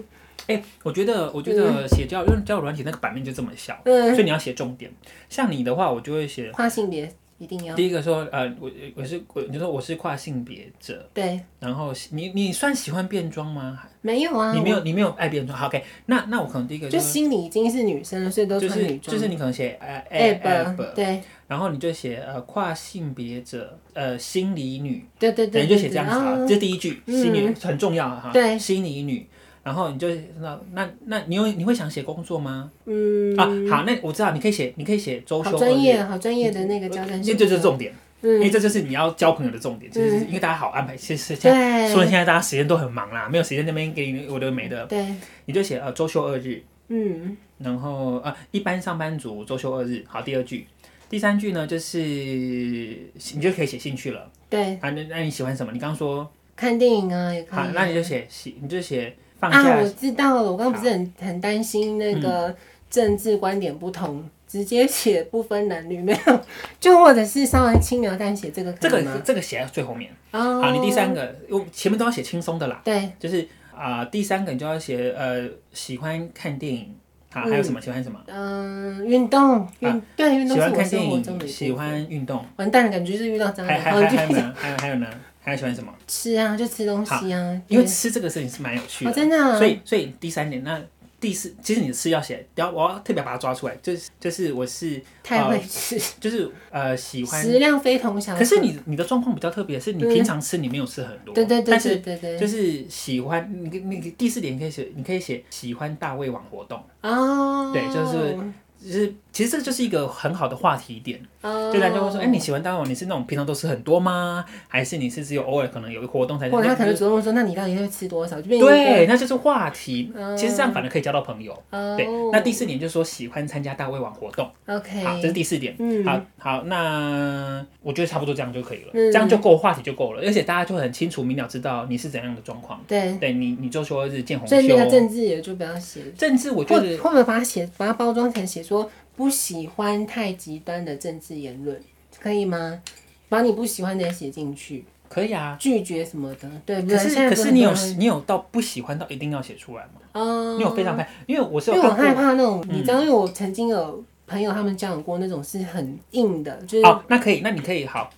Speaker 2: 哎、我觉得我觉得写教用教软体那个版面就这么小。
Speaker 1: 嗯，
Speaker 2: 所以你要写重点。像你的话，我就会写
Speaker 1: 跨性别一定要，
Speaker 2: 第一个说，呃，我我是我，你说我是跨性别者，
Speaker 1: 对，
Speaker 2: 然后你你算喜欢变装吗？
Speaker 1: 没有啊，
Speaker 2: 你没
Speaker 1: 我
Speaker 2: 有你没有爱变装好，OK？那那我可能第一个
Speaker 1: 就
Speaker 2: 就
Speaker 1: 心里已经是女生了，所以都
Speaker 2: 就
Speaker 1: 穿
Speaker 2: 是
Speaker 1: 女装
Speaker 2: 就是你可能写呃
Speaker 1: app，哎
Speaker 2: app，
Speaker 1: 对。
Speaker 2: 然后你就写呃跨性别者，呃心理女，
Speaker 1: 对对对，
Speaker 2: 你就写这样子
Speaker 1: 啊
Speaker 2: 啊，，这第一句
Speaker 1: 嗯
Speaker 2: 心理女很重要啊哈，
Speaker 1: 对
Speaker 2: 心理女。然后你就那那那你有你会想写工作吗？
Speaker 1: 嗯，
Speaker 2: 啊，好，那我知道，你可以写，你可以写周休
Speaker 1: 好
Speaker 2: 二
Speaker 1: 专
Speaker 2: 日
Speaker 1: 业，好专业的那个交战
Speaker 2: 这
Speaker 1: 手
Speaker 2: 这嗯就是
Speaker 1: 册，
Speaker 2: 重点，因为
Speaker 1: 嗯，
Speaker 2: 这就是你要交朋友的重点，就是
Speaker 1: 嗯哎
Speaker 2: 因为大家好安排。其实现在
Speaker 1: 对，
Speaker 2: 说了现在大家时间都很忙啦，没有时间那边给你我的没的，
Speaker 1: 对，
Speaker 2: 你就写呃周休二日，
Speaker 1: 嗯，
Speaker 2: 然后呃一般上班族周休二日。好，第二句，第三句呢就是你就可以写兴趣了
Speaker 1: 对，
Speaker 2: 啊，那那你喜欢什么？你刚刚说
Speaker 1: 看电影啊哎也可以
Speaker 2: 好
Speaker 1: 啊。，
Speaker 2: 那你就写写，你就写放嗯
Speaker 1: 啊，
Speaker 2: 假
Speaker 1: 我知道了，我刚刚不是很很担心那个政治观点不同，直接写不分男女没有，就或者是稍微轻描淡写这个
Speaker 2: 这
Speaker 1: 可以
Speaker 2: 个
Speaker 1: 吗？
Speaker 2: 这个写在最后面。
Speaker 1: 哦
Speaker 2: 好，你第三个，我前面都要写轻松的啦，
Speaker 1: 对，
Speaker 2: 就是啊、第三个你就要写呃喜欢看电影，好，
Speaker 1: 嗯
Speaker 2: 还有什么喜欢什么？
Speaker 1: 嗯，运动运对运动是
Speaker 2: 啊喜欢
Speaker 1: 我
Speaker 2: 看
Speaker 1: 生
Speaker 2: 电
Speaker 1: 活中的一部
Speaker 2: 影，
Speaker 1: 分
Speaker 2: 喜欢运动，
Speaker 1: 完蛋了，感觉就是遇到渣
Speaker 2: 还
Speaker 1: 男，
Speaker 2: 还
Speaker 1: 然后
Speaker 2: 还
Speaker 1: 就
Speaker 2: 还有 呢，还有还有呢，还有喜欢什么？
Speaker 1: 吃啊，就吃东西啊，
Speaker 2: 因为
Speaker 1: 对
Speaker 2: 吃这个事情是蛮有趣
Speaker 1: 哦
Speaker 2: 的，
Speaker 1: 真的啊
Speaker 2: 所以所以第三点，那第四，其实你的吃要写，要我要特别把它抓出来，就是就是我是
Speaker 1: 太会吃，
Speaker 2: 就是呃喜欢，
Speaker 1: 食量非同小可。
Speaker 2: 可是你你的状况比较特别，是你
Speaker 1: 对
Speaker 2: 平常吃你没有吃很多，
Speaker 1: 对对对
Speaker 2: 但是
Speaker 1: 对对对，
Speaker 2: 就是喜欢你你第四点你可以写，你可以写喜欢大胃王活动，
Speaker 1: 哦，
Speaker 2: 对就是就是其实这就是一个很好的话题点。
Speaker 1: 哦，
Speaker 2: 对，大家会说，哎、你喜欢当晚你是那种平常都吃很多吗？还是你是只有偶尔可能有个活动才
Speaker 1: 或者他
Speaker 2: 那
Speaker 1: 可能主动说，那你到底会吃多少？就变成
Speaker 2: 对，那就是话题。
Speaker 1: 嗯
Speaker 2: 其实这样反而可以交到朋友。
Speaker 1: 哦，
Speaker 2: 对，那第四点就是说喜欢参加大胃王活动，好，这是
Speaker 1: OK，
Speaker 2: 第四点。
Speaker 1: 嗯，
Speaker 2: 好好，那我觉得差不多这样就可以了，
Speaker 1: 嗯
Speaker 2: 这样就够话题就够了，而且大家就很清楚明了知道你是怎样的状况。
Speaker 1: 对，
Speaker 2: 对你，你就说是见红
Speaker 1: 嗯所以那个
Speaker 2: 袖，
Speaker 1: 政治也就不要写，
Speaker 2: 政治我
Speaker 1: 或
Speaker 2: 觉得
Speaker 1: 会不会把它写，把它包装成写说不喜欢太极端的政治言论，可以吗？把你不喜欢的也写进去，
Speaker 2: 可以啊。
Speaker 1: 拒绝什么的，对不
Speaker 2: 可
Speaker 1: 对？
Speaker 2: 是
Speaker 1: 现在
Speaker 2: 可
Speaker 1: 不
Speaker 2: 是你有
Speaker 1: 很多人
Speaker 2: 你有到不喜欢到一定要写出来吗？
Speaker 1: 哦，
Speaker 2: 你有非常害，因为我嗯是
Speaker 1: 因
Speaker 2: 有
Speaker 1: 为我
Speaker 2: 看过
Speaker 1: 害怕那种，你知道，因为我曾经有朋友他们交往过那种是很硬的，就是
Speaker 2: 哦，那可以，那你可以好，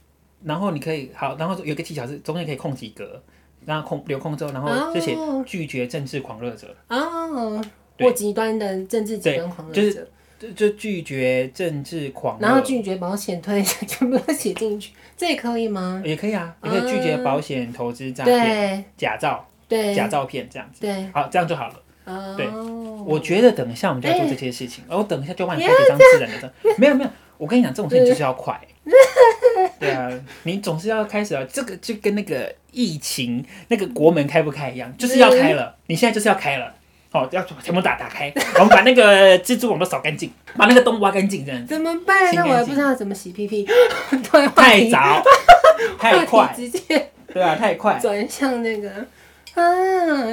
Speaker 2: 然后你可以好，然后有一个技巧是中间可以空几格，然后空留空之后，然后就写
Speaker 1: 哦
Speaker 2: 拒绝政治狂热者，
Speaker 1: 哦，
Speaker 2: 对
Speaker 1: 或极端的政治极端狂热
Speaker 2: 就
Speaker 1: 者，
Speaker 2: 就就拒绝政治狂
Speaker 1: 然后
Speaker 2: 热，
Speaker 1: 拒绝保险推， 全部都写进去，这也可以吗？
Speaker 2: 也可以啊，你可以拒绝保险投资诈骗、
Speaker 1: 哦对
Speaker 2: 假照、
Speaker 1: 对
Speaker 2: 假照片这样子，
Speaker 1: 对，
Speaker 2: 好，这样就好了。对
Speaker 1: 哦，
Speaker 2: 我觉得等一下我们就要做这些事情，然后等一下就帮你拍几张自然的照，没有没有。我跟你讲，这种事情就是要快。对啊，你总是要开始啊，这个就跟那个疫情那个国门开不开一样，就是要开了，你现在就是要开了，好、要全部打打开，我们把那个蜘蛛网都扫干净，把那个洞挖干净，这样子
Speaker 1: 怎么办？
Speaker 2: 心
Speaker 1: 那
Speaker 2: 甘
Speaker 1: 我还
Speaker 2: 情
Speaker 1: 不知道怎么洗屁 屁，对，话
Speaker 2: 太
Speaker 1: 题
Speaker 2: 早，太
Speaker 1: 话
Speaker 2: 快，
Speaker 1: 题直接
Speaker 2: 对啊，太快，
Speaker 1: 转向那个啊，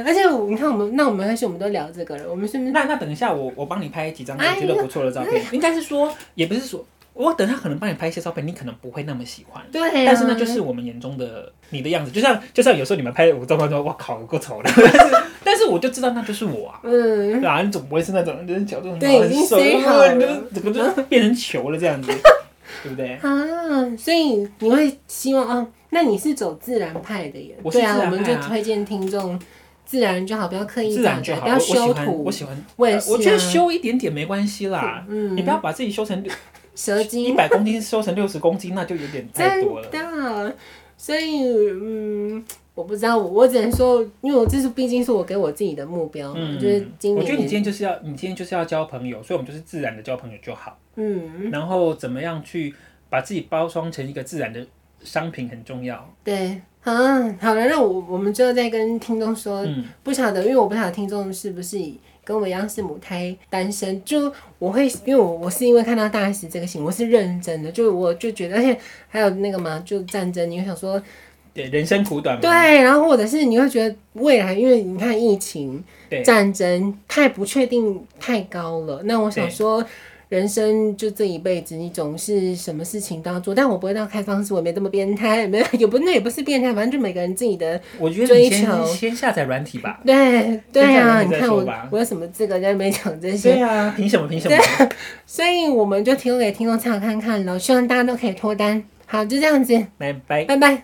Speaker 1: 而且我你看我们，那我们而且我们都聊这个了，我们是不是？
Speaker 2: 那那等一下我，我帮你拍几张我
Speaker 1: 哎
Speaker 2: 觉得不错的照片。应该是说，也不是说，我等一下可能帮你拍一些照片，你可能不会那么喜欢。
Speaker 1: 对啊，
Speaker 2: 但是呢，就是我们眼中的你的样子，就像就像有时候你们拍我照片说，哇靠，有够丑的， 但是但是我就知道那就是我啊，
Speaker 1: 嗯。
Speaker 2: 对啊，你总不会是那种就是角度很
Speaker 1: 对
Speaker 2: 很
Speaker 1: 已经
Speaker 2: 瘦，
Speaker 1: 塞好了
Speaker 2: 你就是整个就是变成球了这样 子，对不对？
Speaker 1: 啊，所以你会希望啊？那你是走自然派的耶？
Speaker 2: 我是
Speaker 1: 对啊，
Speaker 2: 自然
Speaker 1: 我们
Speaker 2: 派
Speaker 1: 就
Speaker 2: 啊
Speaker 1: 推荐听众自然就好，不要刻意
Speaker 2: 自
Speaker 1: 造
Speaker 2: 然
Speaker 1: 假
Speaker 2: 就好。
Speaker 1: 不
Speaker 2: 我
Speaker 1: 要
Speaker 2: 我喜
Speaker 1: 修
Speaker 2: 欢，
Speaker 1: 图
Speaker 2: 我。喜欢，呃
Speaker 1: 我也是啊
Speaker 2: 我觉得修一点点没关系啦，
Speaker 1: 嗯
Speaker 2: 你不要把自己修成
Speaker 1: 蛇
Speaker 2: 一
Speaker 1: 精，
Speaker 2: 百公斤，修成六十公斤，那就有点太
Speaker 1: 真
Speaker 2: 多了。
Speaker 1: 的。所以，嗯，我不知道，我我只能说，因为我这是毕竟是我给啊我自己的目标嘛，就是今年，
Speaker 2: 嗯我觉得你今天就是要，你今天就是要交朋友，所以我们就是自然的交朋友就好。
Speaker 1: 嗯，
Speaker 2: 然后怎么样去把自己包装成一个自然的商品很重要。
Speaker 1: 对。啊，好了，那我我们之后再跟听众说，
Speaker 2: 嗯，
Speaker 1: 不晓得，因为我不晓得听众是不是跟我一样是母胎单身。就我会，因为我我是因为看到大 S 这个新闻，我是认真的，就我就觉得，而且还有那个嘛，就战争，你会想说，
Speaker 2: 对，人生苦短嘛。
Speaker 1: 对，然后或者是你会觉得未来，因为你看疫情、
Speaker 2: 对
Speaker 1: 战争太不确定太高了。那我想说。人生就这一辈子，你总是什么事情都要做，但我不会到开放式，我也没这么变态，没有，也不那也不是变态，反正就每个人自己的
Speaker 2: 我觉得你
Speaker 1: 追
Speaker 2: 先
Speaker 1: 求
Speaker 2: 先下载软体吧。
Speaker 1: 对对啊，
Speaker 2: 先讲完
Speaker 1: 你
Speaker 2: 再
Speaker 1: 看
Speaker 2: 说
Speaker 1: 我
Speaker 2: 吧
Speaker 1: 我有什么资格在那边讲这些？
Speaker 2: 对啊，凭什么？凭什么？
Speaker 1: 所以我们就提供给听众参考看看咯，希望大家都可以脱单。好，就这样子，
Speaker 2: 来，拜。
Speaker 1: 拜拜。